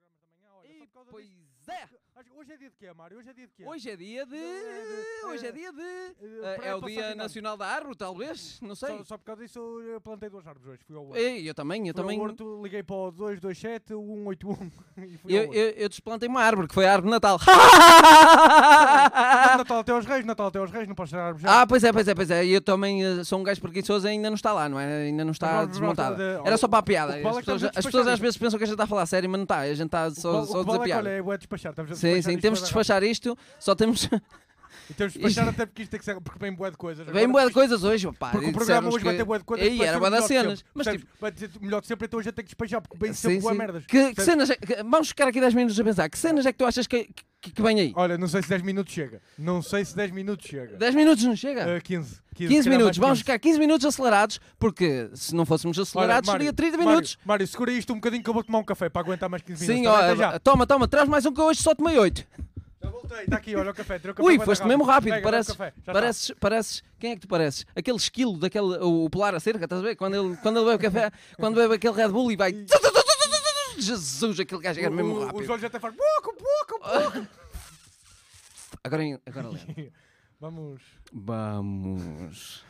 aqui por causa disso. Pois é! Acho que hoje é dia de quê, Mário? Hoje é dia de quê? Hoje é dia de. Eh, eh, Hoje é dia eh, de. Ah, É pré-passagem o de Dia ano. Nacional da Árvore, talvez? Não sei. Só, só por causa disso eu plantei duas árvores hoje. Fui ao horto. Ei, Eu também, eu Fui também. ao horto, liguei para o 227, o 181 e fui ao Eu, horto. eu, eu desplantei uma árvore que foi a árvore de Natal. Ah, Natal até aos reis, Natal até aos reis, não posso tirar árvores. Ah, pois é, pois é, pois é. Eu também eh, sou um gajo preguiçoso e ainda não está lá, não é? Ainda não Mas está vamos- vamos falar desmontada. de- Era só para a o piada. que vale é As que estamos pessoas, a as pessoas despachar às vezes pensam que a gente está a falar sério, mas não está. A gente está só, o só a que vale é que, desapiar. olha, é bué despachar. Estamos a Sim, despachar sim, isto temos de bué da despachar isto, só temos. rápido. E temos de despachar até porque isto tem que ser. Porque vem bué de coisas. Vem Agora, boa de coisas hoje, pá. Porque o e programa disseram-nos hoje vai que- ter bué de coisas. Ei, vai ser era o bué das melhor de cenas. sempre, Mas percebes? tipo. Vai ser o melhor de sempre, então hoje eu tenho que despachar porque bem Sim, sempre bué sim. é merdas. Que, que percebes? cenas é, que- vamos ficar aqui 10 minutos a pensar. Que cenas é que tu achas que, que, que vem aí? Olha, não sei se 10 minutos chega. Não sei se 10 minutos chega. 10 minutos não chega? Ah, 15. 15, 15 calhar mais minutos, vamos 15. ficar 15 minutos acelerados, porque se não fôssemos Olha, acelerados Mário, seria 30 Mário, minutos. Mário, segura isto um bocadinho que eu vou tomar um café para aguentar mais 15 Sim, minutos. Também, até ó, já. toma, toma, traz mais um que eu hoje só tomei 8. já voltei. Está aqui, olha o café. Tirei o café Ui, bué da foste mesmo rápido, Pega, dá o pareces, café, já tá. está. pareces, pareces, quem é que tu pareces? Aquele esquilo daquele, o, o pular a cerca, estás a ver? Quando ele, quando ele bebe café, quando bebe aquele Red Bull e vai... Jesus, aquele gajo é O- mesmo o- tá Os rápido. olhos até fazem. Pouco, pouco, pouco. Agora, em- agora lento. Vamos. Vamos.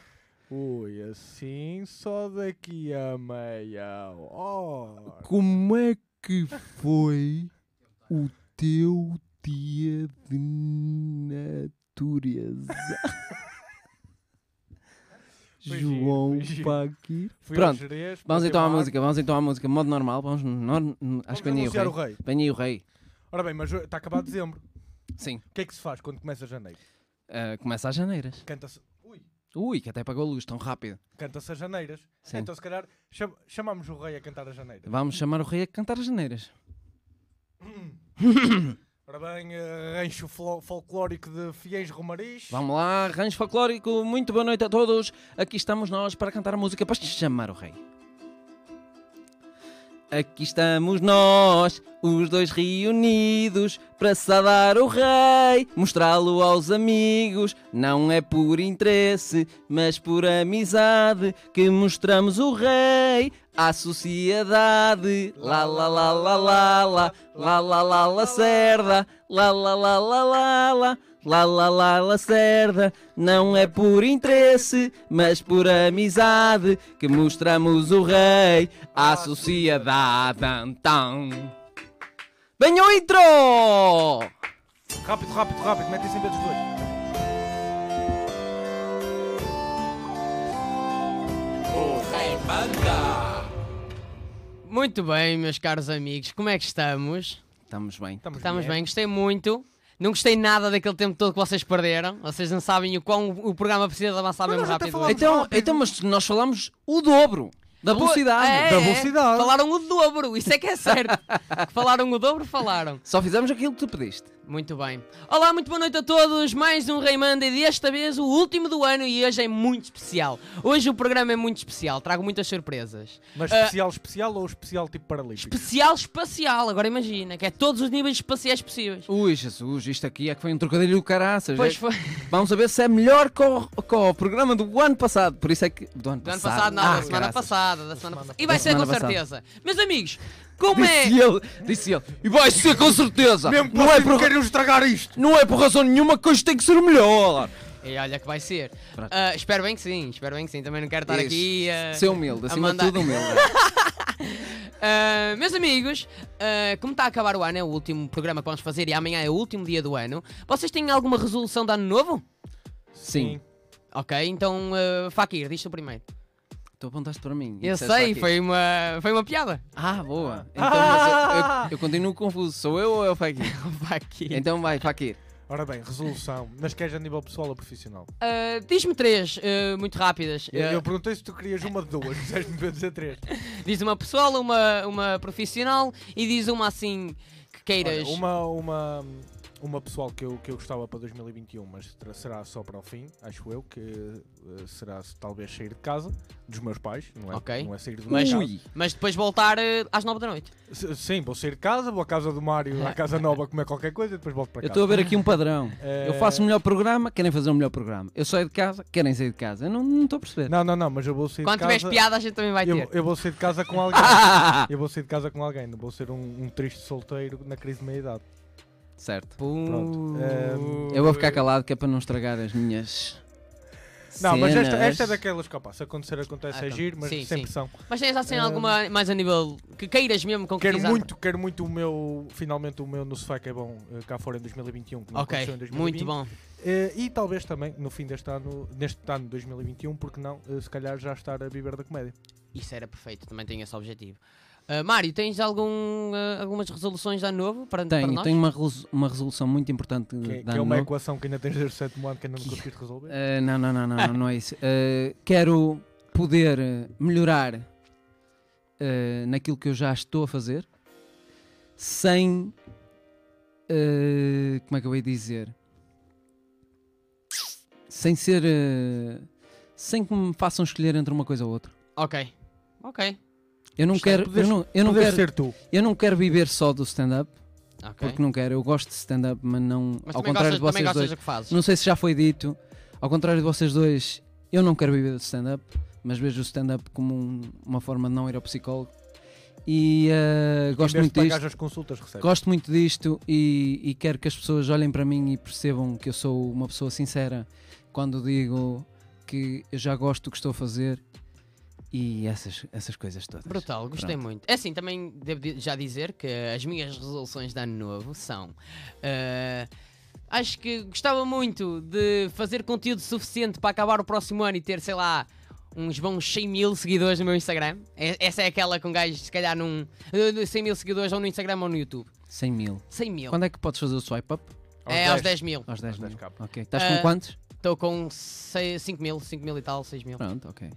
Ui, assim só daqui a meia hora. Como é que foi o teu dia de natureza? Foi giro, João foi giro. Paquir. Fui Pronto, ao Jerez, Vamos botei então à uma música, vamos então à música. Modo normal, vamos. no- no- no- Vamos acho que apanhei o anunciar rei. o rei. Apanhei o rei. Ora bem, mas está acabado dezembro. Sim. O que é que se faz quando começa janeiro? Ah, começa às janeiras. Canta-se. Ui, Ui, que até apagou a luz tão rápido. canta-se as janeiras. Sim. Então, se calhar, cham chamamos o rei a cantar as janeiras. Vamos chamar o rei a cantar as janeiras. Ora bem, eh, rancho flo- folclórico de Fiéis Romariz. Vamos lá, arranjo folclórico, muito boa noite a todos. Aqui estamos nós para cantar a música para chamar o rei. Aqui estamos nós, os dois reunidos, para saudar o rei, mostrá-lo aos amigos. Não é por interesse, mas por amizade, que mostramos o rei à sociedade. Lá, lá, lá, lá, lá, lá, lá, lá, lá, Lacerda, lá, lá, lá, lá, lá, lá. Lá, lá, lá, Lacerda, não é por interesse, mas por amizade que mostramos o rei à sociedade. Então. Venha o intro! Rápido, rápido, rápido, metem sempre dos dois. Muito bem, meus caros amigos, como é que estamos? Estamos bem. Estamos, Estamos bem, gostei muito. Não gostei nada daquele tempo todo que vocês perderam. Vocês não sabem o quão o programa precisa de avançar Mas mesmo nós até rápido. falámos- Então, rápido. então, mas nós falamos o dobro da velocidade. É, Da é, velocidade. Falaram o dobro, isso é que é certo. Que falaram o dobro, falaram. Só fizemos aquilo que tu pediste. Muito bem. Olá, muito boa noite a todos. Mais um Rei Manda e desta vez o último do ano e hoje é muito especial. Hoje o programa é muito especial, trago muitas surpresas. Mas Eh, Ah, especial, especial ou especial tipo paralímpico? especial espacial, agora imagina, que é todos os níveis espaciais possíveis. Ui, Jesus, isto aqui é que foi um trocadilho do caraças. Pois É- foi. Vamos saber se é melhor que o, que o programa do ano passado. Por isso é que. Do ano Do ano passado, passado, não, da Ah, semana caraças. passada, da semana passada. E vai Da ser com semana passada. certeza. Meus amigos, como é. Disse ele, disse ele. E vai ser com certeza. Mesmo que não, é vocês por, não querem estragar isto! não é por razão nenhuma que hoje tem que ser o melhor. E olha que vai ser. Pronto. Ah, espero bem que sim, espero bem que sim. Também não quero estar Isso. aqui. a Ser humilde, a acima mandar- de tudo humilde. Ah, meus amigos, ah, como está a acabar o ano, é o último programa que vamos fazer e amanhã é o último dia do ano. Vocês têm alguma resolução de ano novo? Sim. Ok, então ah, Fakir, diz tu primeiro. Tu apontaste para mim. e Eu disseste sei, aqui. foi uma, foi uma piada. Ah, boa. Então, mas eu, eu- eu continuo confuso. Sou eu ou é o Fakir? Fakir. Então vai, Fakir. Ora bem, resolução. Mas queres a nível pessoal ou profissional? Ah, Diz-me três, ah, muito rápidas. Eu, Ah, Eh, eu perguntei se tu querias uma de duas, disseste-me para dizer três. Diz uma pessoal, uma, uma profissional e diz uma assim que queiras. Olha, uma, uma, uma pessoal que eu, que eu gostava para 2021, mas tra- será só para o fim, acho eu, que eh, será se talvez sair de casa, dos meus pais, não é? Ok. Não é sair de Mas- casa. Ui. Mas depois voltar eh, às 9 da noite. S- Sim, vou sair de casa, vou à casa do Mário, à casa nova, comer qualquer coisa e depois volto para Eu casa. estou a ver aqui um padrão. Eh, É. Eu faço o melhor programa, querem fazer o melhor programa. Eu saio de casa, querem sair de casa. Eu não não estou a perceber. Não, não, não, mas eu vou sair Quando de casa. tiveres piada, a gente também vai ter. eu, vou- eu vou sair de casa com alguém. Ah! eu vou sair de casa com alguém, não vou ser um, um triste solteiro na crise de meia idade. Certo. Pronto. Ehm, Eu vou ficar calado que é para não estragar as minhas. Não, mas esta, cenas. esta é daquelas que, opa, se acontecer, acontece, Ah, é giro, mas sim, sem sim. pressão. Mas tens assim Ehm, alguma mais a nível que queiras mesmo concretizar? Quero muito, quero muito o meu, finalmente o meu no sofá que é bom eh, cá fora em 2021, que não Ok, aconteceu em 2020. muito bom. Eh, e talvez também no fim deste ano, neste ano de 2021, porque não, eh, se calhar já estar a viver da comédia. Isso era perfeito, também tenho esse objetivo. Ah, Mário, tens algum, ah, algumas resoluções de ano novo para, para Tenho, nós? tenho uma, resolu- uma resolução muito Que, importante é- de que é ano uma novo. equação que ainda tens desde o sétimo ano que ainda não conseguiste resolver. Ah, não, não, não, não, não, não é isso. Ah, quero poder ah, melhorar ah, naquilo que eu já estou a fazer sem. ah, como é que eu ia dizer? Sem ser. ah, sem que me façam escolher entre uma coisa ou outra. Ok, ok, Eu não Isto é, quero. podes- eu, não, eu, não Podes quero ser tu. eu não quero viver só do stand-up, ok. porque não quero. Eu gosto de stand-up, mas não. Mas ao também contrário de gostas, também vocês gostas dois. do que fazes. Não sei se já foi dito, ao contrário de vocês dois, eu não quero viver de stand-up, mas vejo o stand-up como um- uma forma de não ir ao psicólogo. E eh, gosto em vez muito de disto. pagar as consultas, recebes. Gosto muito disto e, e quero que as pessoas olhem para mim e percebam que eu sou uma pessoa sincera quando digo que eu já gosto do que estou a fazer e essas, essas coisas todas. Brutal, gostei Pronto. muito. É assim, também devo di- já dizer que as minhas resoluções de ano novo são. ah, acho que gostava muito de fazer conteúdo suficiente para acabar o próximo ano e ter, sei lá, uns bons 100 mil seguidores no meu Instagram. É- Essa é aquela com gajos, se calhar, num. eh, 100 mil seguidores ou no Instagram ou no YouTube. 100 mil. 100 mil. Quando é que podes fazer o swipe up? Aos é aos 10. 10 mil. Aos 10 Aos mil. 10K. Ok. Estás Eh, com quantos? Estou com 5 mil, 5 mil e tal, 6 mil. Pronto, ok.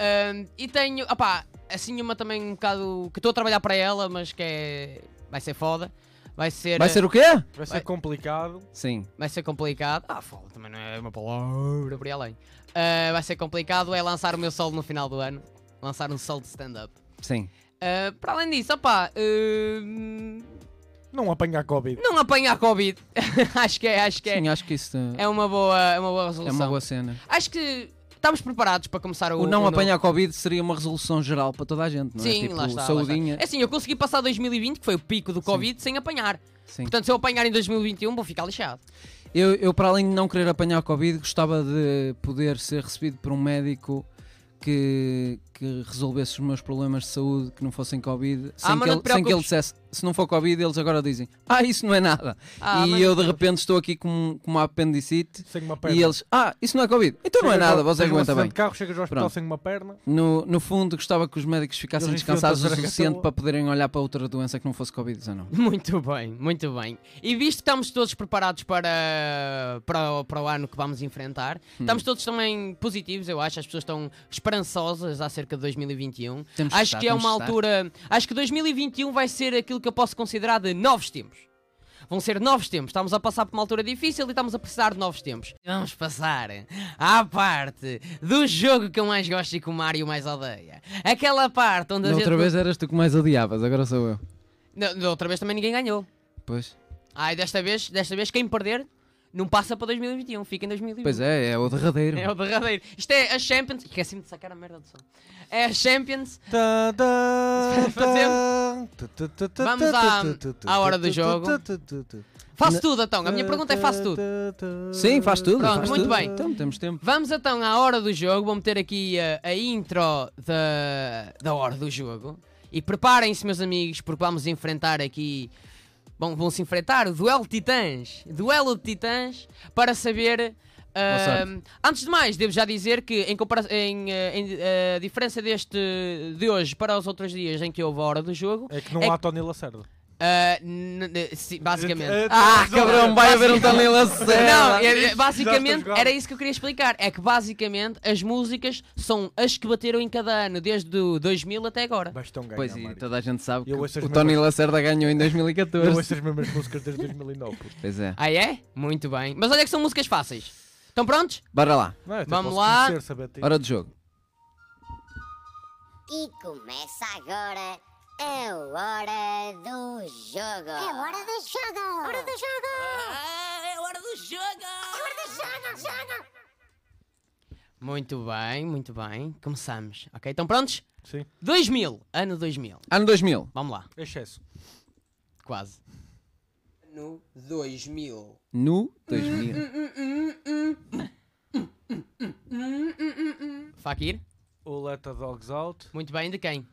Ahm, e tenho, opá, assim uma também um bocado. que estou a trabalhar para ela, mas que é. vai ser foda. Vai ser. Vai ser o quê? Vai ser Vai. complicado. Sim. vai ser complicado. Ah, foda, também não é uma palavra por aí além. Ah, vai ser complicado é lançar o meu solo no final do ano. Lançar um solo de stand-up. Sim. Ah, para além disso, opá. ahm, Não apanhar Covid. não apanhar Covid. acho que é, acho que é. Sim, acho que isso eh, É uma boa, é uma boa é resolução. uma boa cena. Acho que estamos preparados para começar É o. O não o novo- apanhar Covid seria uma resolução geral para toda a gente, não é? Sim, Tipo, lá está. lá saudinha. está. É assim, eu consegui passar 2020, que foi o pico do Covid, sem apanhar. Sim. Portanto, se eu apanhar em 2021, vou ficar lixado. Eu, eu, para além de não querer apanhar Covid, gostava de poder ser recebido por um médico que, que resolvesse os meus problemas de saúde que não fossem Covid, sem, Ah, mas que, não ele, te sem que ele preocupes. dissesse se não for Covid, eles agora dizem ah, isso não é nada. Ah, mas e eu de não- repente estou aqui com, com uma apendicite Sem uma perna. e eles ah, isso não é Covid, então não é Chegas ao- nada, você tens um aguenta acidente bem. de carro, chegas ao hospital Pronto. sem uma perna. No, no fundo, gostava que os médicos ficassem Eles enfiam-te descansados a o zaraca suficiente toda. para poderem olhar para outra doença que não fosse Covid-19. Muito bem, muito bem. E visto que estamos todos preparados para, para, o- para o ano que vamos enfrentar, Hum. estamos todos também positivos, eu acho. As pessoas estão esperançosas acerca de 2021. Temos que acho estar, que é temos uma que estar. altura. Acho que 2021 vai ser aquilo que eu posso considerar de novos tempos. Vão ser novos tempos. Estamos a passar por uma altura difícil e estamos a precisar de novos tempos. Vamos passar à parte do jogo que eu mais gosto e que o Mário mais odeia. Aquela parte onde a Da gente. outra vez eras tu que mais odiavas, agora sou eu. Não, da outra vez também ninguém ganhou. Pois. Ai, desta vez, desta vez quem perder não passa para 2021, fica em 2021. Pois é, é o derradeiro. É o derradeiro. Isto é a Champions. Esqueci-me de sacar a merda do som. É a Champions. Tã, tã, Fazemos- tã, tã, tã, tã, Vamos tã, à- tã, tã, tã, à hora tã, do tã, jogo. tã, tã, tã, tã. Faz Na- tudo então. A minha pergunta é: faz tudo. Sim, faz tudo. Pronto, faz muito tudo. bem. Então temos tempo. Vamos então à hora do jogo. Vou meter aqui eh, a, intro da, da hora do jogo. E preparem-se, meus amigos, porque vamos enfrentar aqui. Bom, vão-se enfrentar o duelo de titãs. Duelo de titãs para saber. eh, sorte. antes de mais, devo já dizer que, em, compara- em, eh, em, eh, a diferença deste de hoje para os outros dias em que houve a hora do jogo, É que não É há Tony Lacerda. eh, Ah, n- n- sim, basicamente. Eh, eh, Ah, cabrão, vai haver um Danilo a Não, sério. é- é- Já basicamente estou a era isso que eu queria explicar. É que basicamente as músicas são as que bateram em cada ano, desde o 2000 até agora. Bastão ganhar, Pois, é, tá e Mário. toda a gente sabe que Eu ouço as o Tony mesmas- Lacerda ganhou em Eu 2014. ouço as mesmas músicas desde 2009. puto. Pois é. Ah, é? Muito bem. Mas olha que são músicas fáceis. Estão prontos? Bora lá. Não, eu até Vamos posso lá. conhecer, saber ti. Hora do jogo. E começa agora a hora do jogo. É hora do jogo. Hora do jogo. é hora do jogo. É hora do jogo. jogo. Muito bem, muito bem. Começamos. Ok, estão prontos? Sim. 2000, ano 2000. Ano 2000. Vamos lá, Excesso. quase. Ano 2000. No 2000. Fakir? O Let the Dogs Out. Muito bem, de quem?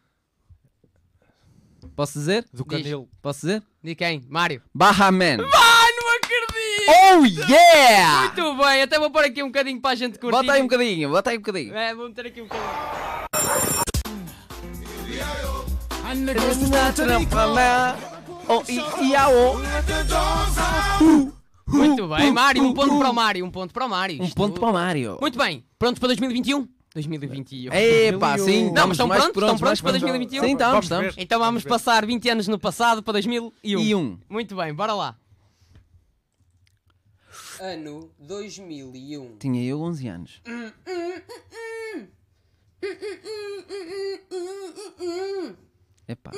Posso dizer? Do Diz. Canil. Posso dizer? De quem? Mário? Barra Man. Ah, não acredito! Oh yeah! Muito bem, até vou pôr aqui um bocadinho para a gente curtir. Bota aí um bocadinho, bota aí um bocadinho. É, vou meter aqui um bocadinho. é Oh, e, e a o. Muito bem, Mário, um ponto para o Mário, um ponto para o Mário. Um Isto- ponto para o Mário. Muito bem, prontos para 2021? 2021. É Epá, 2001. sim, Não, estamos mas estão mais prontos? prontos, Estão prontos mais para prontos. 2021? Sim, Vamos estamos, ver. estamos. Então um? vamos passar 20 anos no passado para 2001. E um. Muito bem, bora lá. Ano 2001. Tinha eu 11 anos. Epá.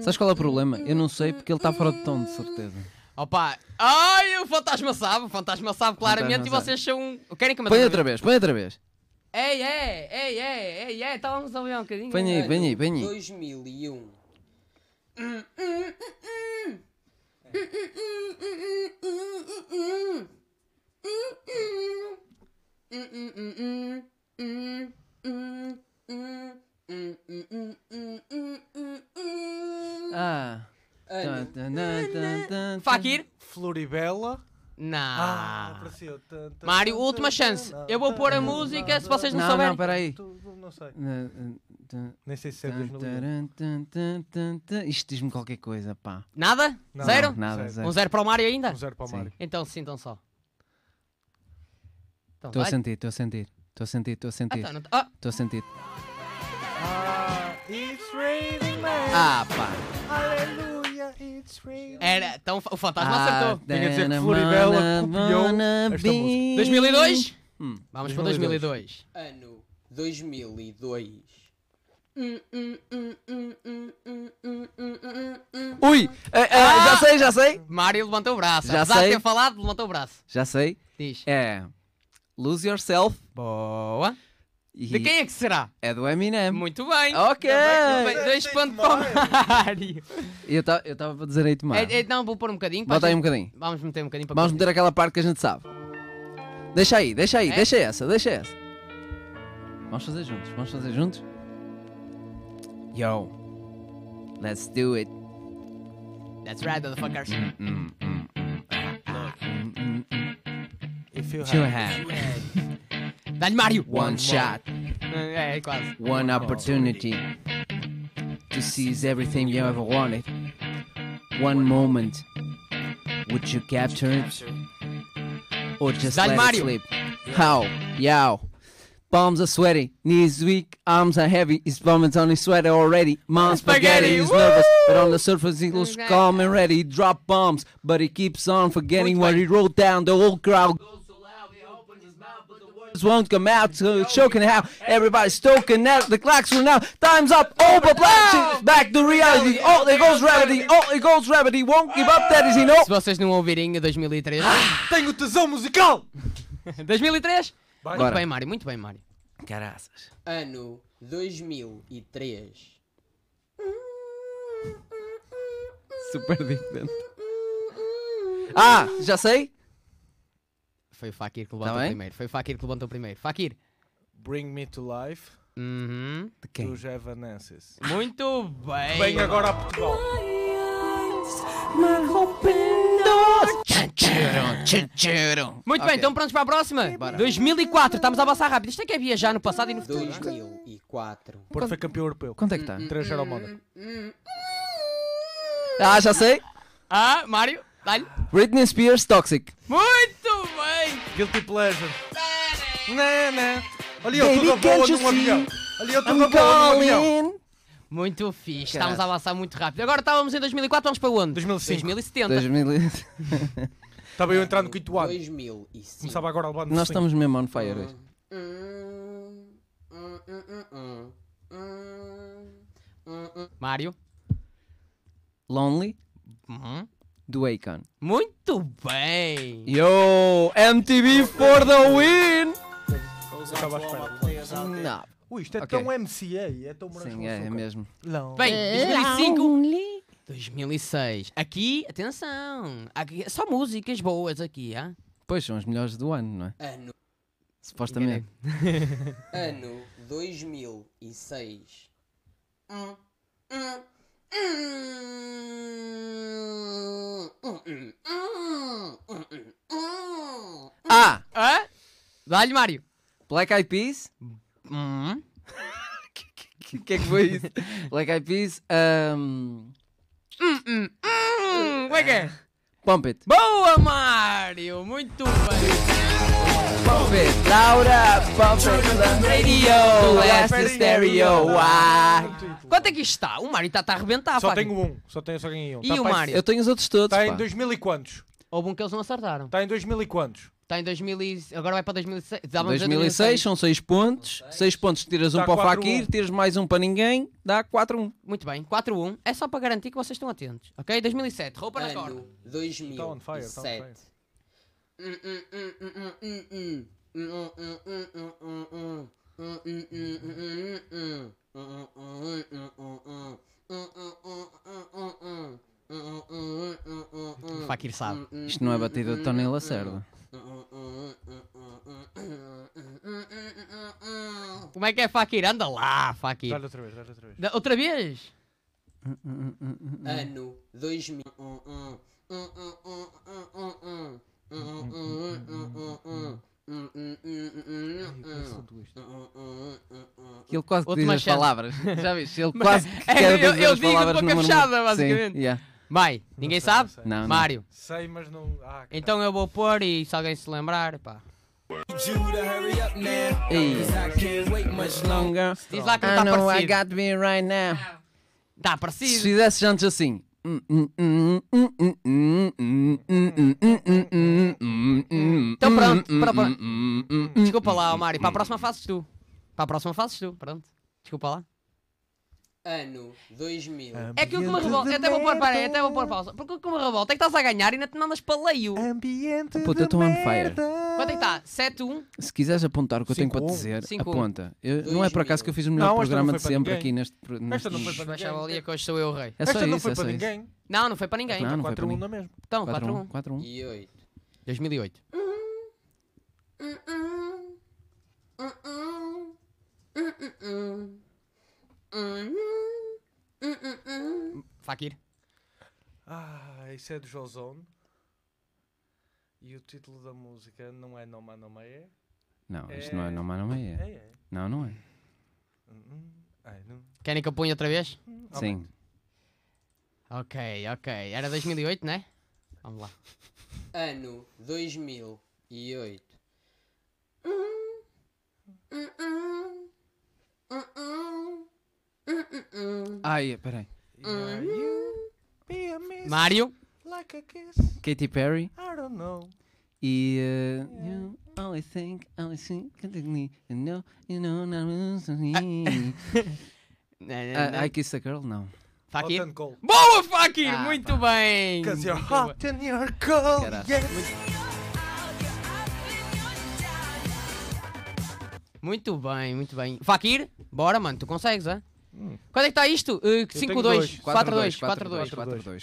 Sabes qual é o problema? Eu não sei porque ele está fora de tom, de certeza. Opa, ai, o fantasma sabe, o fantasma sabe claramente Fantasma e vocês são. um- Querem é que eu me Põe outra vez, põe outra vez. Ei, ei, ei, ei, ei, ei, estávamos a ouvir um bocadinho. Põe aí, põe aí, põe aí. 2001. Ah. Fakir? Floribela. Não. apareceu. Tan, tan, Ah. Mário, tan, última tan, chance. tan, Eu vou tan, pôr a tan, música tan, se vocês não Não, souberem. não, peraí. Tu- tu- Não sei. Tan, Nem sei se é tan, 2001. taran, tan, tan, tan, tan. Isto diz-me qualquer coisa, pá. Nada? Não, Zero? não. Nada, Zero. zero. Um zero para o Mário ainda? Um zero para o Sim. Mário. Então sintam só. Então, Estou a vai. sentir, estou a sentir. Estou a sentir, estou a Ah, sentir. tá, não tá- ah, Estou a sentir. Ah, it's raining man. Ah, pá. Aleluia, it's raining. era, então o fantasma Ah, acertou. Tenho a dizer que tana, Floribela mana, copiou mana, esta música. bim. 2002? Hum. Vamos 2002. para 2002. Ano 2002. Ui! ah, ah, Já sei, já sei. Mário levantou o braço. Já Apesar de sei. ter falado, levantou o braço. Já sei. Diz. É. Lose Yourself. Boa. E De quem é que será? É do Eminem. Muito bem. Ok. Muito bem. Dois pontos para o Mário. Eu estava a dizer aí, Tomás. É, é, não, vou pôr um bocadinho. para Bota a aí um gente- bocadinho. Vamos meter um bocadinho para Vamos curtir. meter aquela parte que a gente sabe. Deixa aí, deixa aí, É? deixa essa, deixa essa. Vamos fazer juntos, vamos fazer juntos. Yo, let's do it. That's right, motherfuckers. If you Two have hands, Dá-lhe Mário. one shot, É, é quase. one opportunity to seize everything you ever wanted. One moment, would you capture it or just Dale, let it Mario. slip? How? Yow. Palms are sweaty, knees weak, arms are heavy. His vomits on his sweater already. Mom's spaghetti, Spaghetti, he's woo! nervous, but on the surface he looks Okay. calm and ready. He Drop bombs, but he keeps on forgetting Muito what bem. he wrote down. The whole crowd goes so loud, he opens his mouth, but the words won't come out. So it's choking how everybody's stoking out. The clocks run out. Time's up. Oh, but black back to reality. Oh, there goes gravity. Oh, it goes gravity. Won't give up. That is enough. Se vocês não ouvirem é a 2003. Ah! Tenho tesão musical! 2003? Vai. Muito Bora. bem, Mário. Muito bem, Mário. Caraças. Ano 2003. Super diferente. Ah, já sei. Foi o Fakir que levantou Tá bem? primeiro. Foi o Fakir que levantou primeiro. Fakir. Bring Me to Life Uhum. Quem? dos Evanenses. Muito bem. Vem agora a Portugal. Open doors. Tchutchuru. Muito bem, então prontos para a próxima? Bora. 2004, estamos a avançar rápido. Isto é que é viajar no passado e no futuro. 2004. Porto foi campeão europeu. Quanto é que está? 3-0 ao Hum. Mónaco. Ah, já sei. Ah, Mário, dá-lhe. Britney Spears Toxic. Muito bem! Guilty Pleasure. Né, Não, não. Olha eu, Baby, tudo a boa can't you num avião. Olha eu, tudo a I'm boa num avião. calling. Muito fixe, Caralho. estamos a avançar muito rápido. Agora estávamos em 2004, vamos para onde? 2005. 2070. 2000. Estava eu a entrar no quinto ano. 2005. Começava agora a levar no Nós focinho. estamos mesmo on fire hoje. Hum, hum, hum, hum, hum, hum, hum. Mário. Lonely Uhum. do Akon. Muito bem! Yo, MTV for the win! Estava à espera. Não, Ui, isto é Ok. tão MCA, é tão branco. sim, é, é mesmo. Não. Bem, 2005, 2006. Aqui, atenção, aqui, só músicas boas aqui, ah? Pois são as melhores do ano, não é? Ano, Supostamente. ano 2006. Hum, hum, hum, hum, hum, hum, hum, hum. Ah! Hã? Dá-lhe, Mário. Black Eyed Peas? Hum. Uhum. O que é que foi isso? Black Eyed Peas? Um, Hum, como é que é? pump It. Boa, Mário! Muito bem! Pump It. Laura, Pump It. on the Radio, last the stereo. Ah. Quanto é que isto está? O Mário está a arrebentar, Só Fábio. tenho um, só tenho, só ganhei um. E Tá o para- Mário? Eu tenho os outros todos, Está em pá. 2000 e quantos? Houve um que eles não acertaram. Está em 2000 e quantos? Está em 2000 e... Agora vai para tá 2006. Dava-me a dizer 2006 são 6 pontos. 6 pontos tiras um Dá para o 4-1. Fakir, tiras mais um para ninguém, dá 4-1. Muito bem, 4-1. É só para garantir que vocês estão atentos. Ok? 2007, roupa na corda. Ano 2007. Tá on fire, tá on fire. Hum, hum, hum, hum, hum, hum, hum, hum, hum, hum, hum, hum, hum, hum, hum, hum, hum, hum, hum, hum, hum, hum, hum, hum, hum, hum, hum, O Fakir sabe. hum, Isto não é batida de Tony Lacerda. Como é que é, Fakir? Anda lá, Fakir. Dá-lhe outra vez, dá-lhe outra vez. Da- Outra vez? Ano 2000. Ele quase que Outro diz as machado. palavras. Já viste? Ele Mas- quase que é, quer eu- dizer eu as digo de palavras boca no fechada, momento. basicamente. Sim, yeah. Vai, ninguém sei, sabe? não sei. Não, não. Mário. Sei, mas não. Ah, cara. Então eu vou pôr e se alguém se lembrar, pá. Ei. "Ah, Longer. Diz lá que não I tá está know Ah, I parecido. got me right now. Está Se parecido. fizesse antes assim. hum, hum, Então pronto, para- para- hum, Desculpa lá, ó, Mário. Para a próxima fazes tu. Para a próxima fazes tu. Pronto. Desculpa lá. Ano 2000. É que o que me revolta. eu Até vou pôr, peraí, até vou pôr pausa. Porque o que me revolta é que estás a ganhar e ainda te mandas para leio. Ambiente. Puta, de eu estou on fire. merda. Quanto é que está? 7-1? Se quiseres apontar o que eu tenho para te 5-1. dizer, 5-1. aponta. Eu- não é por acaso que eu fiz o Não, melhor esta não programa foi de para sempre ninguém. aqui neste. pro- Esta não foi neste- para Baixa ninguém. a bolinha que hoje sou eu o rei. É só Esta isso, não foi é só para isso. ninguém. Não, não foi para ninguém. Não, não foi para 4-1 ninguém. na mesma. Então, 4-1, 4-1. 4-1. E 8. 2008. Fakir. Ah, isso é do Jozone. E o título da música não é No Man No Meia? Não, isto não é, não é, não É, é. é. Hum, Não, não é. Ai, não. Querem que eu ponha outra vez? É. Sim. Ok, ok. Era 2008, né? Vamos lá. Ano 2008. Ai, peraí. Hum. Yeah, you be a miss Mário. like a kiss. Katy Perry I don't know. e. uh, you only think, only think, me. And no, you know, not me. Ah, I Kiss a Girl? Não. Hot Né, Fakir. and cold. Boa, Fakir! Ah, Muito bem! Cause you're Muito hot and you're cold. Caraca. Yes. bem. Muito bem, muito bem. Fakir, bora, mano, tu consegues, hã? Quanto é que está isto? Eh, 5-2, Hum. dois. 4-2, 4-2, 4-2,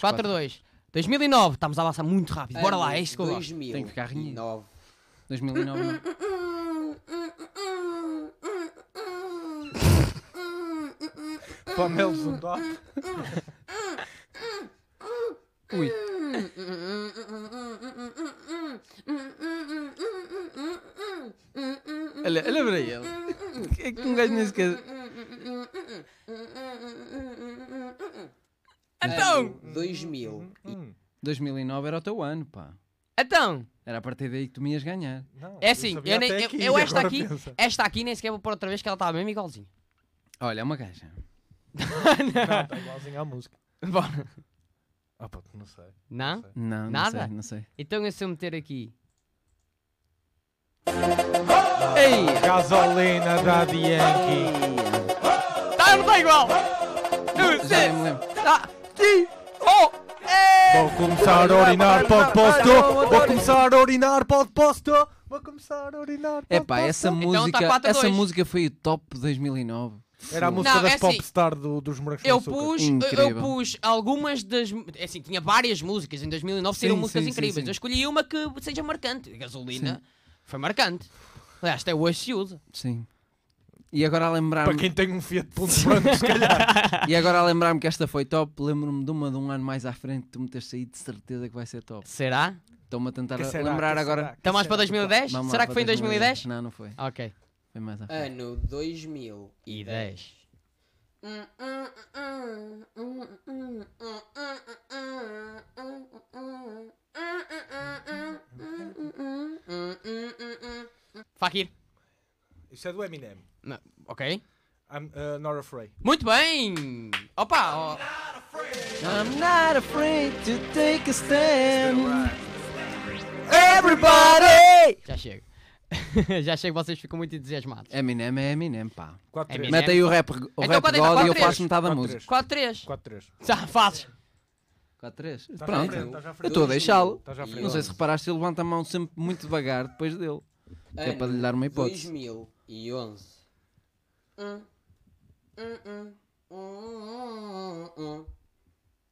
4-2. 4-2. 2009, estamos a avançar muito rápido. Bora lá, é Ano isto que eu gosto. 2009. Tem que ficar rindo. 2009. não. Pamela Zundop. Ui. olha para ele. Que é que um gajo nem sequer. Então, 2000. Hum, 2009 era o teu ano, pá. então. Era a partir daí que tu me ias ganhar. Não, É assim, sabia eu, nem- até eu- eu esta agora aqui, pensa. esta aqui nem sequer vou pôr outra vez que ela está mesmo igualzinha. Olha, é uma gaja. Não, está igualzinho à música. Bora. Ah, pá, não sei. Não? Não, Nada? não sei, Então eu se eu meter aqui. não sei. Ei! Gasolina da Yankee. Tá, não tá igual! Um, Já nem dois, me lembro. tá. Ti, oh, é. Vou começar a orinar para o posto. Vou começar a orinar para o posto. Vou começar a orinar para o Epá, essa posto. música, tá quatro a essa dois. música foi o top 2009. Era a música Não, das é assim, popstar do, dos morangos com Eu açúcar. pus, eu- eu Incrível. pus algumas das. é Assim, tinha várias músicas em 2009, saíram Sim, músicas sim, sim, incríveis. sim. Eu escolhi uma que seja marcante. Gasolina foi marcante. Aliás, até hoje se usa. Sim. E agora a Para lembrar-me quem tem um Fiat Punto Branco, se calhar. e agora a lembrar-me que esta foi top, lembro-me de uma de um ano mais à frente que tu me teres saído de certeza que vai ser top. Será? Estou-me a tentar Que será, lembrar que agora. Tá será, que Então mais será? para 2010? Vamos lá, Será que para foi em 2010? Não, não foi. Ok. Foi mais à Eh, frente. Ano 2000. E 10. Fakir. Isso é do Eminem. Não, Ok. I'm uh, not afraid. Muito bem! Opa! ó- I'm not afraid to take a stand. Everybody! Já chego. Já chego, vocês ficam muito entusiasmados. Eminem é Eminem, pá. 4 Eminem. 3 Mete aí o rap, o Então, rap quatro, God quatro, e eu três. faço metade da Quatro, música. 4-3. 4 3 Já fazes. 4-3. Estás Tá à Pronto. frente, estás à Eu frente. estou a deixá-lo. Estás à frente. Não sei se reparaste, ele levanta a mão sempre muito devagar depois dele. Que é Ano para lhe dar uma hipótese. 2011. Hum, hum, hum, hum, hum,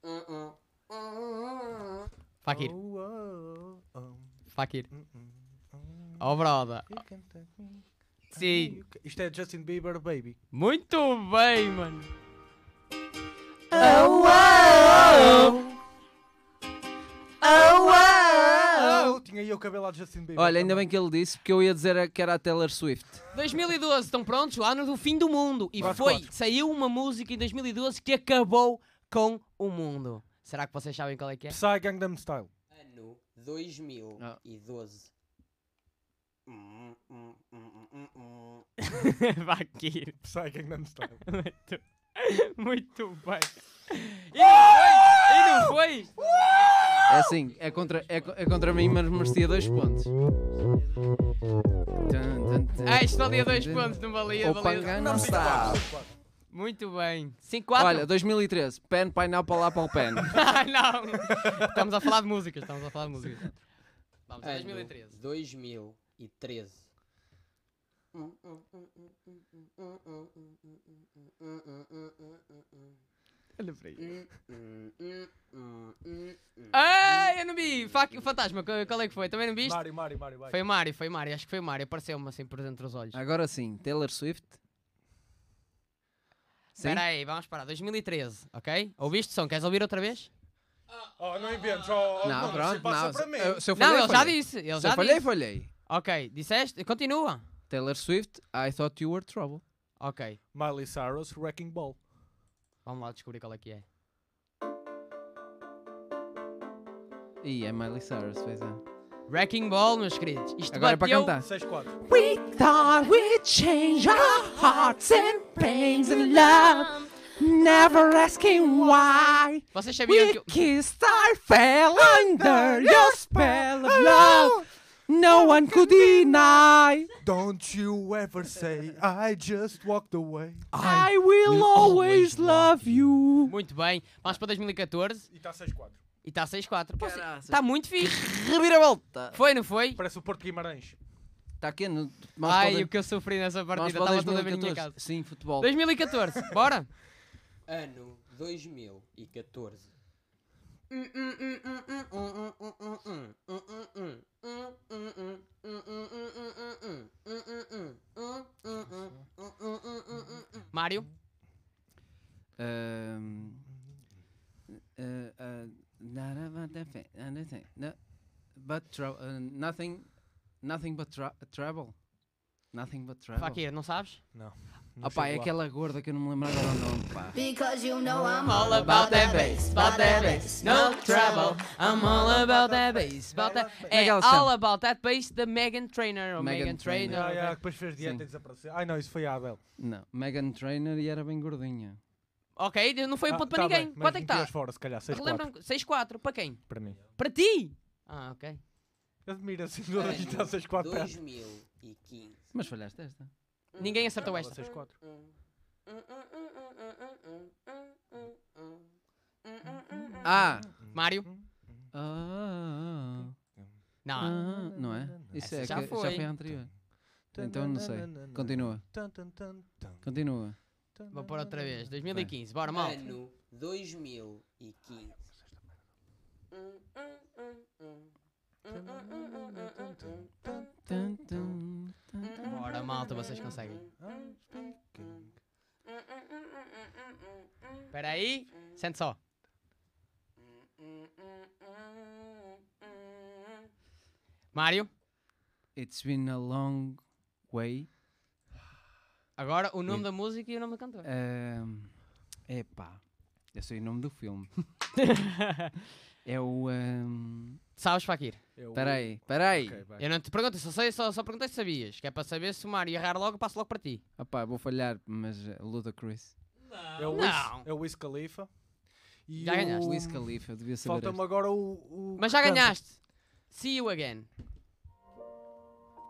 hum, hum, hum. Fakir. Oh, oh, oh, Fakir. mm, mm, mm, Oh, broda. you can take me. Sim. You can- Isto é Justin Bieber, baby. Muito bem, mano. Oh, tinha eu cabelo a Justin Bieber. Olha, ainda bem que ele disse, porque eu ia dizer a- que era a Taylor Swift. 2012, estão prontos? O ano do fim do mundo. E Quatro, foi. quatro. Saiu uma música em 2012 que acabou com o mundo. Será que vocês sabem qual é que é? Tá. Psy Gangnam Style. Ano 2012. Hum, hum, hum, hum, hum. Fakir. Psy Gangnam Style. Muito, muito bem. E não foi? E não foi? É assim, é contra, é, co- é contra mim, mas merecia dois pontos. Ah, isto valia dois pontos, não valia, O valia. Pangana está. Muito bem. 5-4? Olha, 2013, Pen, Pineapple, Apple, Pen. Ah, não! Estamos a falar de músicas, estamos a falar de músicas. Vamos, É, Ano 2013. 2013. Hum, hum, hum, hum, hum, hum, hum, hum, hum, hum, hum, hum, hum, hum, hum, hum. Olha para aí. Hum, hum, hum, hum, hum. Ai, eu não vi! Fac- Fantasma, qual qual é que foi? Também não viste? Mário, Mário, Mário, vai. Foi o Mário, foi o Mário, acho que foi o Mário, apareceu-me assim por dentro dos olhos. Agora sim, Taylor Swift. Sim? Espera aí, vamos parar, 2013, ok? Ouviste o som, queres ouvir outra vez? Oh, não inventes. Oh, oh, Não, Nuno, se pronto, passa não. para mim. eu- se eu não, falhei, ele já falhei. disse, ele Se eu já falhei, disse. falhei. Ok, disseste? Continua. Taylor Swift, I thought you were trouble. Ok, Miley Cyrus, Wrecking Ball. vamos lá descobrir qual é que é. E é Miley Cyrus, pois é. Wrecking Ball, meus queridos. Isto Agora é para bateu... cantar. 6-4. We thought we'd change our hearts and pains and love, never asking why. Vocês sabiam que... eu- kissed our fell under your spell of love. No one could deny. Don't you ever say I just walked away. I will always love you. Muito bem, vamos para 2014 E está 6-4. e está 6-4. Pô, Caraças. Está muito fixe. Reviravolta. Foi, não foi? Parece o Porto Guimarães. Está aqui no. Ai, o que eu sofri nessa partida, estava toda a minha casa. Sim, futebol. 2014, bora! Ano 2014. Mário? Um, uh, uh, not about the fa- eh, anything, no, but trou- uh, nothing, nothing but tra- trouble. Nothing but trouble. Fakir, não sabes? Não. não Ah pá, é chego lá. aquela gorda que eu não me lembro agora o nome, pá. Because you know I'm All about that bass, about that bass, no trouble. I'm all about that bass, about that. É Naquela all cena. about that bass da Megan Trainor ou Meghan Megan Trainor. Ah, já, Trainor. depois fez dieta Sim. e desapareceu. Ai não, isso foi a Adele. Não, Megan Trainor e era bem gordinha. Ok, não foi um Ah, ponto para tá ninguém. bem, mas Quanto é que 20 está? euros fora, se calhar, 6 Relembra-me, 6-4, para quem? para mim. Para ti! Ah, ok. Admira assim, toda a gente está 6 4 para 2015. Mas falhaste esta. Ninguém acertou esta. 6 4. Ah! Mário? Ah, ah, ah, Não. ah, não é? Isso é Essa já que- foi. já foi a anterior. Então não sei. Continua. Continua. Vou pôr outra vez. 2015, bora mal. Ano 2015. Tum, tum, tum. Bora malta, vocês conseguem. Espera aí, sente só. Mário, It's been a long way. agora o nome da música e o nome do cantor. Ahm, epá, eu sei o nome do filme. é o. ahm, Sabes, Fakir? Peraí, peraí. Ok, vai. Eu não te pergunto, só, sei, só, só perguntei se sabias. Que é para saber se o Mário errar logo, eu passo logo para ti. Opá, vou falhar, mas eh, Ludacris. É o Não. Wiz- é o Wiz Khalifa. E Já ganhaste. o- Wiz Khalifa, devia saber. Falta-me esta. agora o, o Mas já que canta. ganhaste. See you again.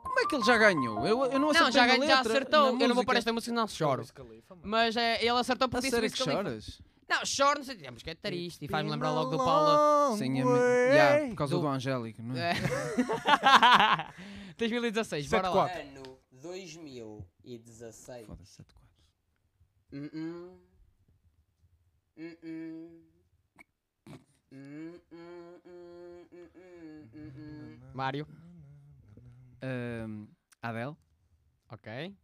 Como é que ele já ganhou? Eu, eu não Não, acertei na já, ganha- já letra, na acertou. Eu não vou música. pôr esta música, não choro. Wiz Khalifa, mano. Mas é, ele acertou A porque disse sério Wiz que Khalifa. choras? Não, choro, não sei. É uma música triste e faz-me lembrar logo do Been a Paulo. long Sim, é, way. yeah, por causa do, Do- Angélico, não é? É. 2016, bora lá. 7-4. Ano É. 2016. Foda-se, 74. Hum, Mm-mm. Hum, Mm-mm. Mm-mm. Mm-mm. Mm-mm. Mário, Ahm, Adele, ok.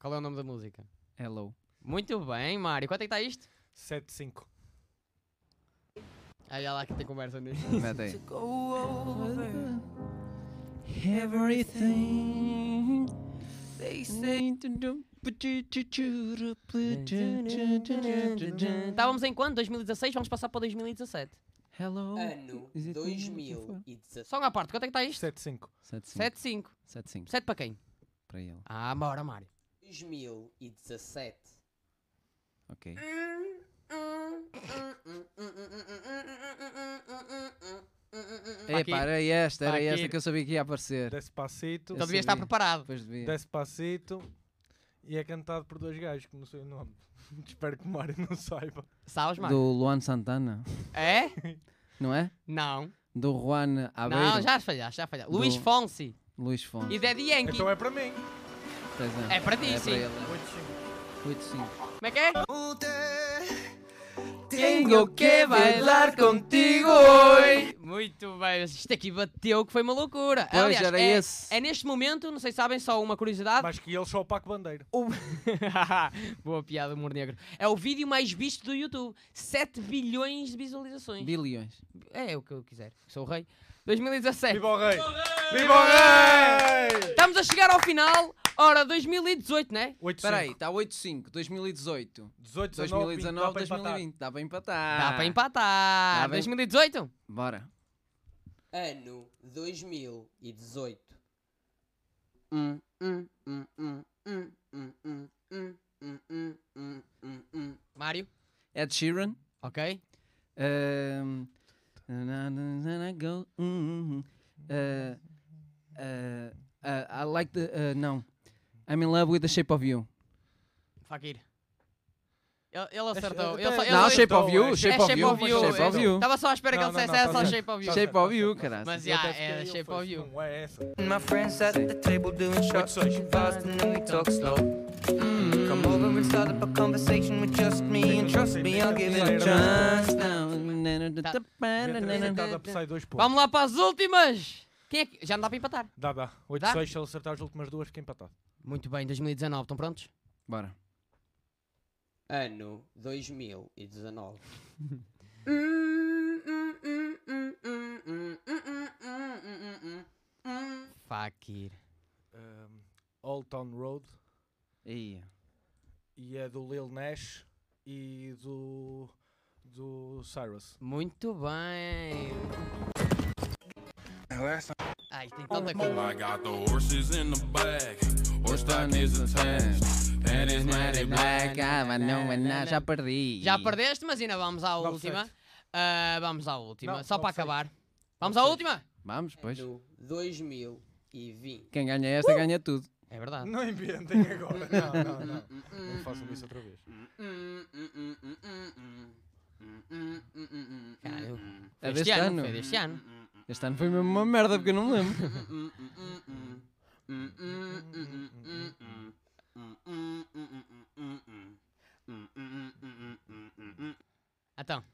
Qual é o nome da música? Hello. Muito bem, Mário. Quanto é que está isto? 7-5. Ah, já lá que tem conversa nisso. Mete aí. Everything they say to do. Estávamos em quando? 2016? Vamos passar para 2017. Hello. Ano Is it me? 2016. Só uma parte, quanto é que está isto? 7-5. 7-5. 7-5. 7-5 7 para quem? para ele. Ah, bora, Mário. 2017. Ok. É, Aqui. para esta, era Aqui. esta que eu sabia que ia aparecer. Despacito. Então sabia. devia estar preparado. Depois devia. Despacito. E é cantado por dois gajos que não sei o nome. Espero que o Mário não saiba. Sabes, Mário? Do Luan Santana, É? não é? Não. Do Juan Aveiro. Não, já falhaste, já falhaste. Luís Fonsi Luís Fonsi. e Daddy Yankee. Então é para mim. tens razão. É para ti, sim. ele. 8, 5. Como é que é? Tenho que bailar contigo hoje. Muito bem, isto aqui bateu que foi uma loucura. Pois, Aliás, era é, esse. é neste momento, não sei se sabem, só uma curiosidade. Mas que ele só o Paco Bandeira. o- Boa piada, humor negro. É o vídeo mais visto do YouTube. 7 bilhões de visualizações. Bilhões. É, é o que eu quiser, sou o rei. 2017. Viva o rei! Viva o rei! Estamos a chegar ao final. Ora, 2018, né? 8 Espera aí, está 8-5, 2018. 18, 19, 2019, 2020. 2020. Dá para empatar. Dá para empatar. Ah. Dá bem- 2018? Bora. Ano 2018. Mário? Ed Sheeran. Ok. Um, na, na, na, na, go, mm, mm, uh, uh, uh, I like the. Uh, não. I'm in love with the shape of you. Fakir. Ele, ele acertou. até- Ele só, Não, ele não, acertou, shape of you. é Shape, é of, you. Shape é of you. Estava só à espera que Não, ele não, dissesse, não, é só tá shape of you. certo. Shape of you, caralho. Mas Eu já, até era fiquei, eu shape of falei, you. Não é essa. My friends at the table doing shots, Good pushing fast, and then we talk slow. Come over and start up a conversation with just me, and trust me, I'll give it a chance. Tentado a Psy 2 pontos. Vamos lá para as últimas. Quem é que... Já não dá para empatar. Dá, dá. 8, Dá? 6, se ele acertar as últimas duas, fica empatado. Muito bem, 2019. Estão prontos? Bora. Ano 2019. Fakir. Old Town Road Ia. e é do Lil Nash e do do Cyrus. Muito bem. Ai, Ah, tem tanta coisa. I got the horses in the back. Horse time is attached. And it's mighty black. Acaba, não é nada, já perdi. Já perdeste, mas ainda vamos à Nove última. sete. Ah, vamos à última, Não, só para nove sete. acabar. Vamos à última? Vamos, pois. Do 2020. Quem ganha esta ganha tudo. É verdade. Não inventem agora. Não, não, não. Não façam isso outra vez. Caralho. É Foi deste este ano, ano. foi deste ano. Este ano foi mesmo uma merda porque eu não me lembro. Então,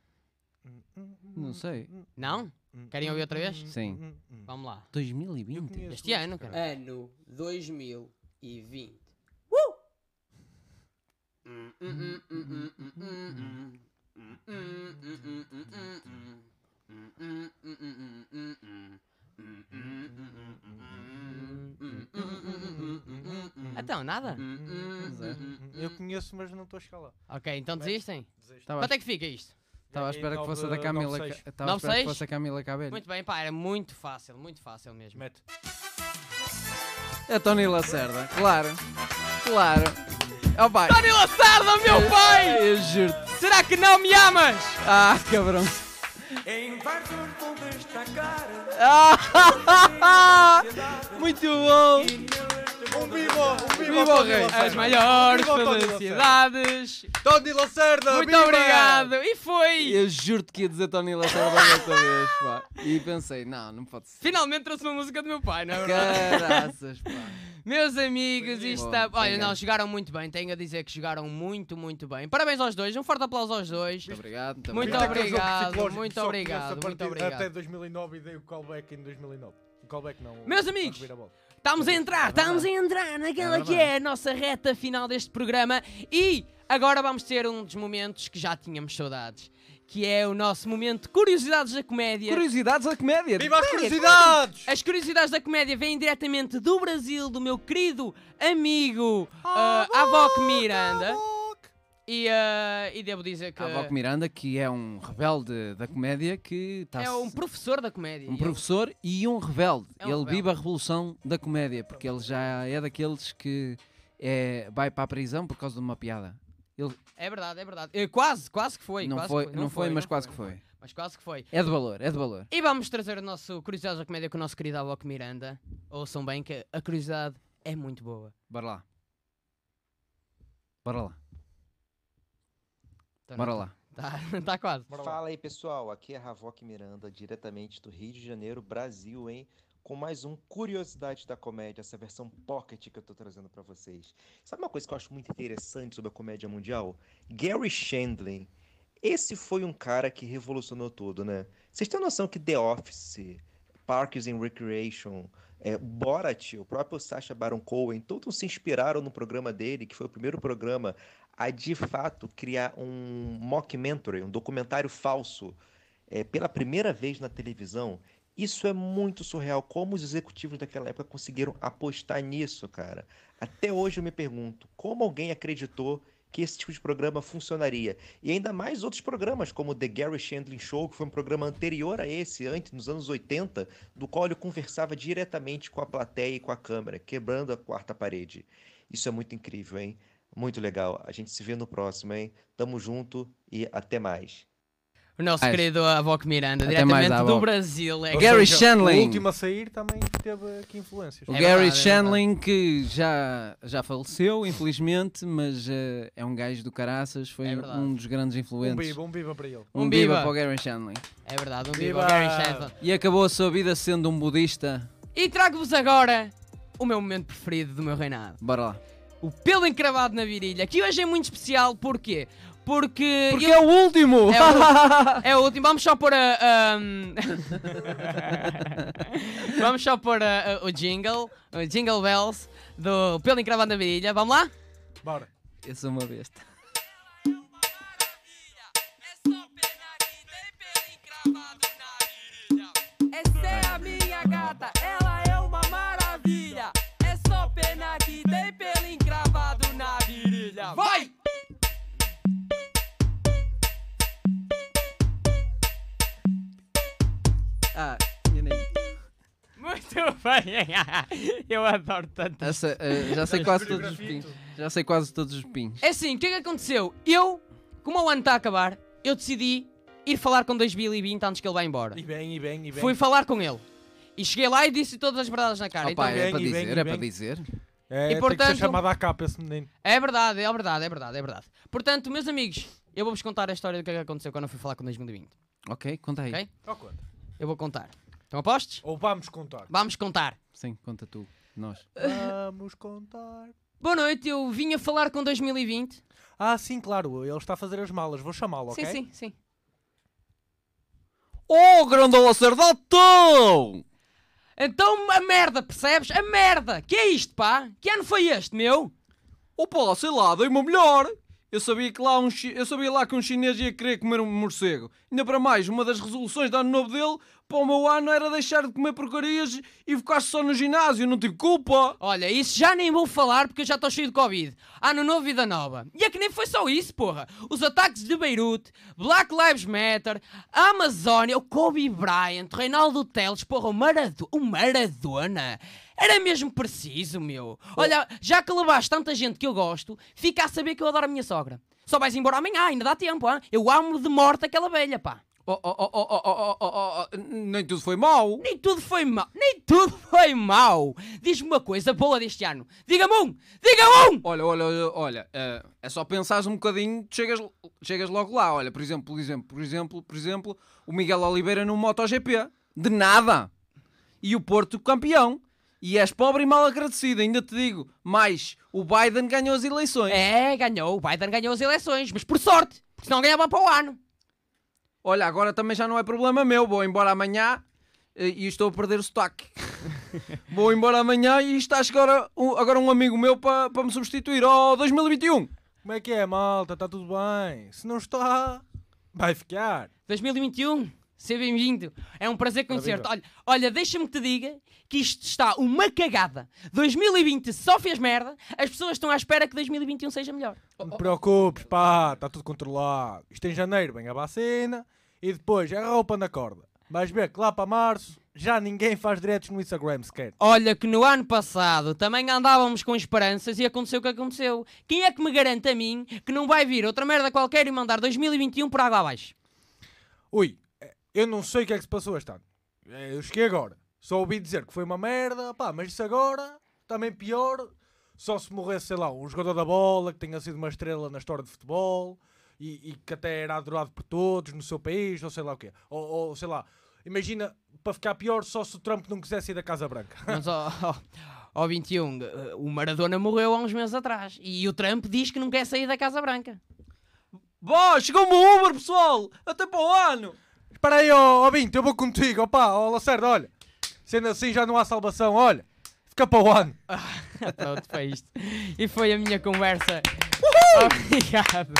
Não sei. não? Querem ouvir outra vez? Sim. Vamos lá. 2020. Este ano, cara. Ano 2020. Então, nada? Uhum. é. Hum, Eu conheço, mas não estou a chegar lá. Ok, então desistem. tá Estava Quanto é que fica isto? estava à espera que fosse a da é? Nove- Camila. nove, seis. Ca- Estava à espera que 9-6? fosse a Camila Cabelho. Muito bem, pá, era muito fácil, muito fácil mesmo. Mete. É Tony Lacerda. Claro. Claro. Oh, pai. Tony Lacerda, meu pai! Eu juro-te. Será que não me amas? Ah, cabrão. Muito bom! Um viva! Um viva! Viva o rei! As maiores Viva o Tony Lacerda. felicidades. Tony Lacerda! Muito viva! obrigado. E foi. Eu juro-te que ia dizer Tony Lacerda outra vez, pá. E pensei, não, não pode ser. Finalmente trouxe uma música do meu pai, não é verdade? Caraças, pá. Meus amigos, isto Bom, está. Olha, obrigado. não, jogaram muito bem. Tenho a dizer que jogaram muito, muito bem. Parabéns aos dois. Um forte aplauso aos dois. Muito obrigado. Muito Muito obrigado. Aquele jogo obrigado, psicológico muito que só obrigado, conheço a muito partir- obrigado. Até 2009 e dei o callback em 2009. O callback não. Meus a amigos, reviravolta. Estamos a É entrar, estamos a entrar naquela que é a nossa reta final deste programa e agora vamos ter um dos momentos que já tínhamos saudades, que é o nosso momento de Curiosidades da Comédia. Curiosidades da é comédia. Viva as curiosidades! As Curiosidades da Comédia vêm diretamente do Brasil, do meu querido amigo ah, Avoc Miranda. E, ah, e devo dizer que A Voc Miranda, que é um rebelde da comédia que está é um professor da comédia. um professor e um rebelde. É um ele rebelde. vive a revolução da comédia, porque ele já é daqueles que é, vai para a prisão por causa de uma piada. É verdade, é verdade. Eh, Quase, quase que foi. não, quase foi, que não, foi, mas quase que foi. Mas quase que foi. É de valor, é de valor. E vamos trazer o nosso Curiosidades da Comédia com o nosso querido Avoc Miranda. Ouçam bem que a curiosidade é muito boa. Bora lá. Bora lá, Então, bora não- lá. Tá, tá quase. Fala aí, pessoal. Aqui é Ravoc Miranda, diretamente do Rio de Janeiro, Brasil, hein? Com mais um Curiosidade da Comédia, essa versão pocket que eu tô trazendo pra vocês. Sabe uma coisa que eu acho muito interessante sobre a comédia mundial? Gary Shandling. Esse foi um cara que revolucionou tudo, né? Vocês têm noção que The Office, Parks and Recreation, é, Borat, o próprio Sacha Baron Cohen, todos se inspiraram no programa dele, que foi o primeiro programa a de fato criar um mockumentary, um documentário falso, é, pela primeira vez na televisão. Isso é muito surreal. Como os executivos daquela época conseguiram apostar nisso, cara? Até hoje eu me pergunto como alguém acreditou que esse tipo de programa funcionaria. E ainda mais outros programas, como The Gary Shandling Show, que foi um programa anterior a esse, antes, nos anos 80, do qual ele conversava diretamente com a plateia e com a câmera, quebrando a quarta parede. Isso é muito incrível, hein? Muito legal. A gente se vê no próximo, hein? Tamo junto e até mais. O nosso Mais. querido Avoc Miranda, Até diretamente mais, do Avoc. Brasil. É Ou Gary seja, Shandling. O último a sair também teve aqui influências. Um O É Gary verdade, é Shandling, que já, já faleceu, infelizmente, mas eh, é um gajo do caraças, foi É verdade. um dos grandes Um influentes. biba, um biba para ele. Um Um biba biba. para o Gary Shandling. É verdade, um viva Viva! Gary Shandling. E acabou a sua vida sendo um budista. E trago-vos agora o meu momento preferido do meu reinado. Bora lá. O pelo encravado na virilha, que hoje é muito especial, porquê? Porque... Porque eu- é o último! É o, é o último. Vamos só pôr a. ahm, Vamos só pôr a- a- o jingle, o jingle bells do Pelo Encravado na Virilha. Vamos lá? Bora. Eu sou uma besta. É Essa é a minha gata, ela é uma maravilha. É só pena que Olha, vai! Ah, eu nem... Muito bem! Eu adoro tanto. Ah, sei- ah, já sei quase todos os pins. Já sei quase todos os pins. É assim, o que é que aconteceu? Eu, como o ano está a acabar, eu decidi ir falar com 2020 antes que ele vá embora. E bem, e bem, e bem. Fui falar com ele. E cheguei lá e disse todas as verdades na cara. Opa, Então, é bem, para e bem, dizer, e é para bem. dizer. É, E, tem que portanto- ser chamado à capa esse menino. É verdade, é verdade, é verdade, é verdade. Portanto, meus amigos, eu vou-vos contar a história do que é que aconteceu quando eu fui falar com 2020. Ok, conta aí. Ok? Ou conta. Eu vou contar. Estão apostos? Ou vamos contar. Vamos contar. Sim, conta tu. Nós. Vamos contar. Boa noite, eu vim a falar com 2020. Ah, sim, claro, ele está a fazer as malas, vou chamá-lo, ok? Sim, sim, sim. Oh, grandola sardotão! Então, a merda, percebes? A merda! Que é isto, pá? Que ano foi este, meu? Opa, sei lá, dei-me o melhor. Eu sabia, que lá um, chi- eu sabia lá que um chinês ia querer comer um morcego. Ainda para mais, uma das resoluções de ano novo dele para o meu ano era deixar de comer porcarias e focar só no ginásio, não tive culpa. Olha, isso já nem vou falar porque eu já estou cheio de Covid. Ano novo, vida nova. E é que nem foi só isso, porra. Os ataques de Beirute, Black Lives Matter, a Amazónia, o Kobe Bryant, Reinaldo Teles, porra, o, Marado o Maradona. Era mesmo preciso, meu. Oh. Olha, já que levaste tanta gente que eu gosto, fica a saber que eu adoro a minha sogra. Só vais embora amanhã, ainda dá tempo, hã? Eu amo de morte aquela velha, pá. Oh, oh, oh, oh, oh, oh, oh, oh, oh, nem tudo foi mau. Nem tudo foi mau. Nem tudo foi mau. Diz-me uma coisa boa deste ano. Diga-me um! Diga-me um! Olha, olha, olha, olha, eh, é só pensares um bocadinho, chegas, chegas logo lá. Olha, por exemplo, por exemplo, por exemplo, por exemplo, o Miguel Oliveira no MotoGP. De nada. E o Porto campeão. E és pobre e mal agradecido, ainda te digo. Mais, o Biden ganhou as eleições. É, ganhou. O Biden ganhou as eleições, mas por sorte. Porque senão ganhava para o ano. Olha, agora também já não é problema meu. Vou embora amanhã eh, e estou a perder o sotaque. Vou embora amanhã e está a chegar um- agora um amigo meu para para me substituir. Oh, 2021! Como é que é, malta? Está tudo bem? Se não está, vai ficar. 2021, seja um, bem-vindo. É um prazer conhecer-te. Olha, Bem-vindo. olha deixa-me que te diga que isto está uma cagada. 2020 só fez merda. As pessoas estão à espera que 2021 seja melhor. Não te preocupes, pá, está tudo controlado. Isto em janeiro vem a vacina e depois a roupa na corda. Vais ver que lá para março já ninguém faz diretos no Instagram sequer. Olha que no ano passado também andávamos com esperanças e aconteceu o que aconteceu. Quem é que me garante a mim que não vai vir outra merda qualquer e mandar 2021 por água abaixo? Ui, eu não sei o que é que se passou este ano. Eh, Eu cheguei agora. Só ouvi dizer que foi uma merda, pá, mas isso agora também pior. Só se morresse, sei lá, um jogador da bola que tenha sido uma estrela na história de futebol e, e que até era adorado por todos no seu país, ou sei lá o quê. Ou, ou, sei lá, imagina, para ficar pior, só se o Trump não quisesse ir da Casa Branca. Mas, ó, ó, ó, 21, eh, o Maradona morreu há uns meses atrás e o Trump diz que não quer sair da Casa Branca. Vó, chegou-me o Uber, pessoal! Até para o ano! Espera aí, ó oh, eu vou contigo, opá, ó Lacerda, olha. Sendo assim já não há salvação, olha. Fica para o ano. Pronto, foi isto. E foi a minha conversa. Obrigado.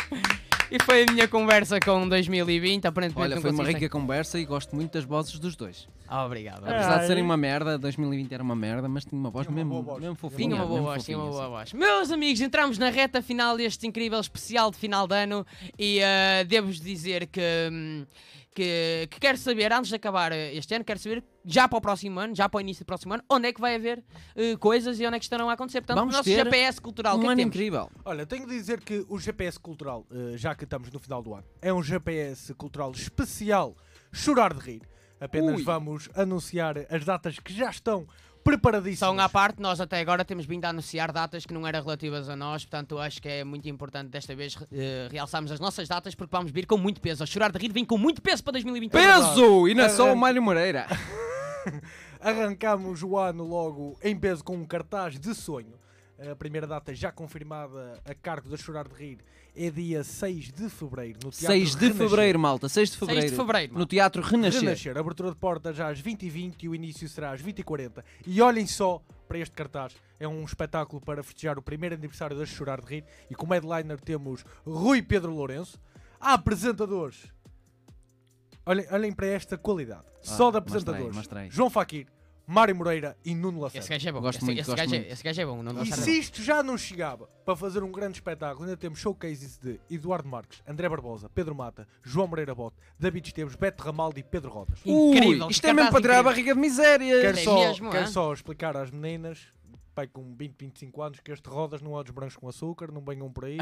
E foi a minha conversa com 2020. Aparentemente Olha, não foi uma consegui rica conversa e gosto muito das vozes dos dois. sair. Ah, Obrigado. Apesar de serem uma merda, 2020 era uma merda, mas tinha uma voz Tinha uma mesmo, boa voz. mesmo fofinha. Tinha uma boa mesmo voz, tinha uma fofinha, boa assim. voz. Meus amigos, entramos na reta final deste incrível especial de final de ano e eh, devo-vos dizer que, hum, que, que quero saber, antes de acabar eh, este ano, quero saber, já para o próximo ano, já para o início do próximo ano, onde é que vai haver eh, coisas e onde é que estarão a acontecer. Portanto, Vamos o nosso ter GPS cultural, o que Um é ano que temos? incrível. Olha, tenho de dizer que o GPS cultural, eh, já que estamos no final do ano, é um GPS cultural especial, chorar de rir. Apenas Ui. vamos anunciar as datas que já estão preparadíssimas. São à parte, nós até agora temos vindo a anunciar datas que não eram relativas a nós, portanto acho que é muito importante desta vez eh, realçarmos as nossas datas porque vamos vir com muito peso. A chorar de rir vem com muito peso para 2021. Peso! E não é só o Arranca. Mário Moreira. Arrancamos o ano logo em peso com um cartaz de sonho. A primeira data já confirmada a cargo da Chorar de Rir é dia 6 de Fevereiro no Teatro 6 de Renascer. Fevereiro, malta. 6 de 6 de Fevereiro. Fevereiro. No Teatro Renascer. Renascer. Abertura de portas já às 20h20 e o início será às 20h40. E olhem só para este cartaz. É um espetáculo para festejar o primeiro aniversário da Chorar de Rir. E como headliner temos Rui Pedro Lourenço. Há apresentadores. Olhem, olhem para esta qualidade. Ah, só de mostra aí, apresentadores. mostra aí. João Faquir, Mário Moreira e Nuno Lacerda. Esse gajo é bom. Gosto esse, muito, esse gosto gajo muito. É, esse gajo é bom. Não E gosta se isto já não chegava para fazer um grande espetáculo, ainda temos showcases de Eduardo Marques, André Barbosa, Pedro Mata, João Moreira Bote, David Esteves, Beto Ramaldo e Pedro Rodas. Incrível, Ui, isto que é mesmo cartaz para tirar a incrível. barriga de miséria. Quero, é só, mesmo, quero é? só explicar às meninas, pai com 20, 25 anos, que este Rodas não há dos brancos com açúcar, não venham por aí.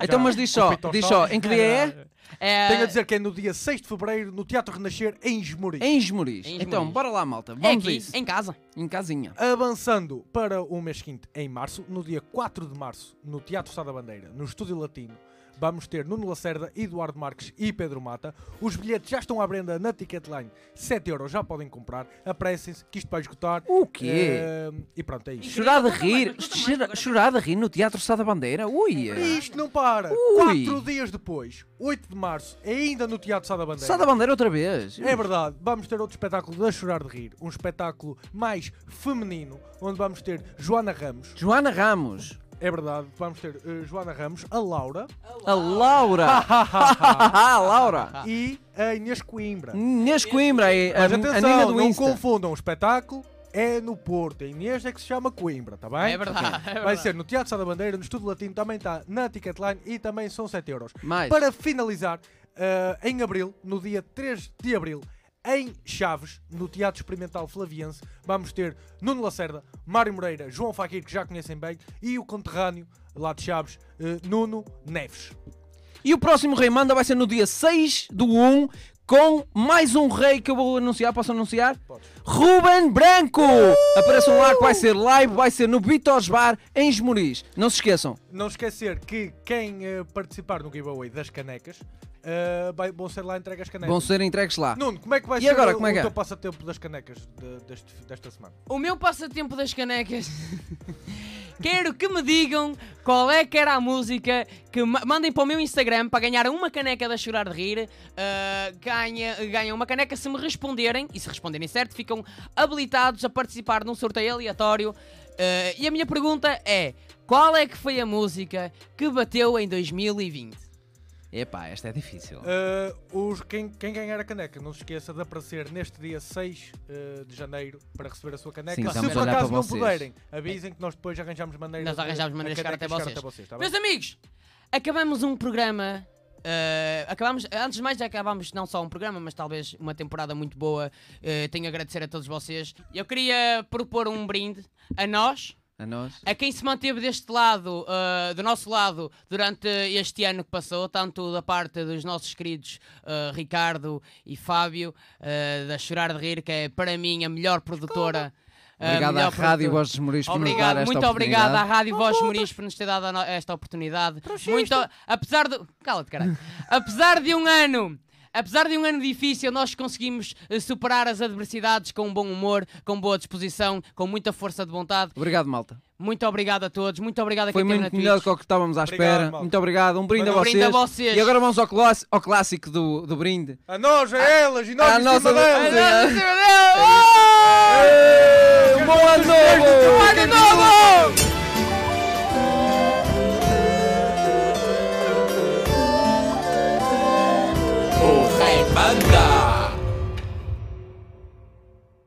Então, Já, mas diz só, o Vitor diz só, Soares. em que dia é? É, Tenho a dizer que é no dia 6 de Fevereiro, no Teatro Renascer, em Esmoriz. Em Esmoriz. Em Então, Esmoriz. bora lá, malta. é Vamos a aqui, isso. em casa. Em casinha. Avançando para o mês seguinte, em março, no dia 4 de março, no Teatro Estado da Bandeira, no Estúdio Latino, vamos ter Nuno Lacerda, Eduardo Marques e Pedro Mata. Os bilhetes já estão à venda na Ticketline, 7 euros já podem comprar. Apressem-se, que isto vai esgotar. O quê? Eh, e pronto, é isto. Chorar de rir. Chora- Chorar de rir no Teatro Sá da Bandeira. Ui. É Isto não para! Ui. Quatro dias depois, 8 de março, ainda no Teatro Sá da Bandeira. Sá da Bandeira outra vez. É verdade, vamos ter outro espetáculo da Chorar de Rir, um espetáculo mais feminino, onde vamos ter Joana Ramos, Joana Ramos. É verdade, vamos ter eh, Joana Ramos, a Laura A Laura. A Laura. e a Inês Coimbra. Inês Coimbra. A, a, Mas a Nina atenção, do não Insta. confundam, o espetáculo é no Porto. A Inês é que se chama Coimbra, tá bem? É verdade. é Vai verdade. ser no Teatro Sá da Bandeira, no Estudo Latino, também está na Ticketline e também são 7 euros. Mais. Para finalizar, eh, em abril, no dia 3 de abril, em Chaves, no Teatro Experimental Flaviense, vamos ter Nuno Lacerda, Mário Moreira, João Faquir, que já conhecem bem, e o conterrâneo lá de Chaves, eh, Nuno Neves. E o próximo Rei Manda vai ser no dia 6 do 1 com mais um rei que eu vou anunciar. Posso anunciar? Ruben Branco! Uh! Apareçam lá que vai ser live, vai ser no Vitores Bar em Esmoriz. Não se esqueçam. Não esquecer que quem eh, participar no giveaway das canecas eh, vai- vão ser lá entregue as canecas. Vão ser entregues lá. Nuno, como é que vai E ser agora, o, como é que o é? teu passatempo das canecas de- deste- desta semana? O meu passatempo das canecas. Quero que me digam qual é que era a música que ma- mandem para o meu Instagram para ganhar uma caneca da Chorar de Rir. Ah, ganha, ganham uma caneca se me responderem e se responderem certo, ficam habilitados a participar num sorteio aleatório. Ah, e a minha pergunta é: qual é que foi a música que bateu em 2020? Epá, esta é difícil. Eh, os, quem, quem ganhar a caneca, não se esqueça de aparecer neste dia 6 eh, de janeiro para receber a sua caneca. Sim, Se estamos a por olhar acaso para não vocês. puderem, avisem que nós depois arranjamos maneiras Nós de- arranjamos a maneiras de chegar caneca até vocês. tá bem? Meus amigos, acabamos um programa. eh, acabamos, antes de mais, já acabamos não só um programa, mas talvez uma temporada muito boa. Eh, tenho a agradecer a todos vocês. Eu queria propor um brinde a nós, A nós. a quem se manteve deste lado, eh, do nosso lado, durante este ano que passou, tanto da parte dos nossos queridos eh, Ricardo e Fábio, eh, da Chorar de Rir, que é para mim a melhor produtora. a Obrigado à melhor Rádio produtora. Voz dos Moris por nos Obrigado, dar esta muito obrigado à oportunidade. Rádio Voz Moris por nos ter dado a no- esta oportunidade. Muito, o- apesar de. Cala-te, caralho. apesar de um ano. Apesar de um ano difícil, nós conseguimos eh, superar as adversidades com bom humor, com boa disposição, com muita força de vontade. Obrigado, malta. Muito obrigado a todos, muito obrigado a Foi quem esteve muito na melhor do Twitch. que o que estávamos à Obrigado, espera. malta. Muito obrigado. Um brinde, Um brinde a vocês. E agora vamos ao, clássico- ao clássico do, do brinde. A nós, a elas e nós à em cima É nossa- delas. a nossa- Adeus, adeus.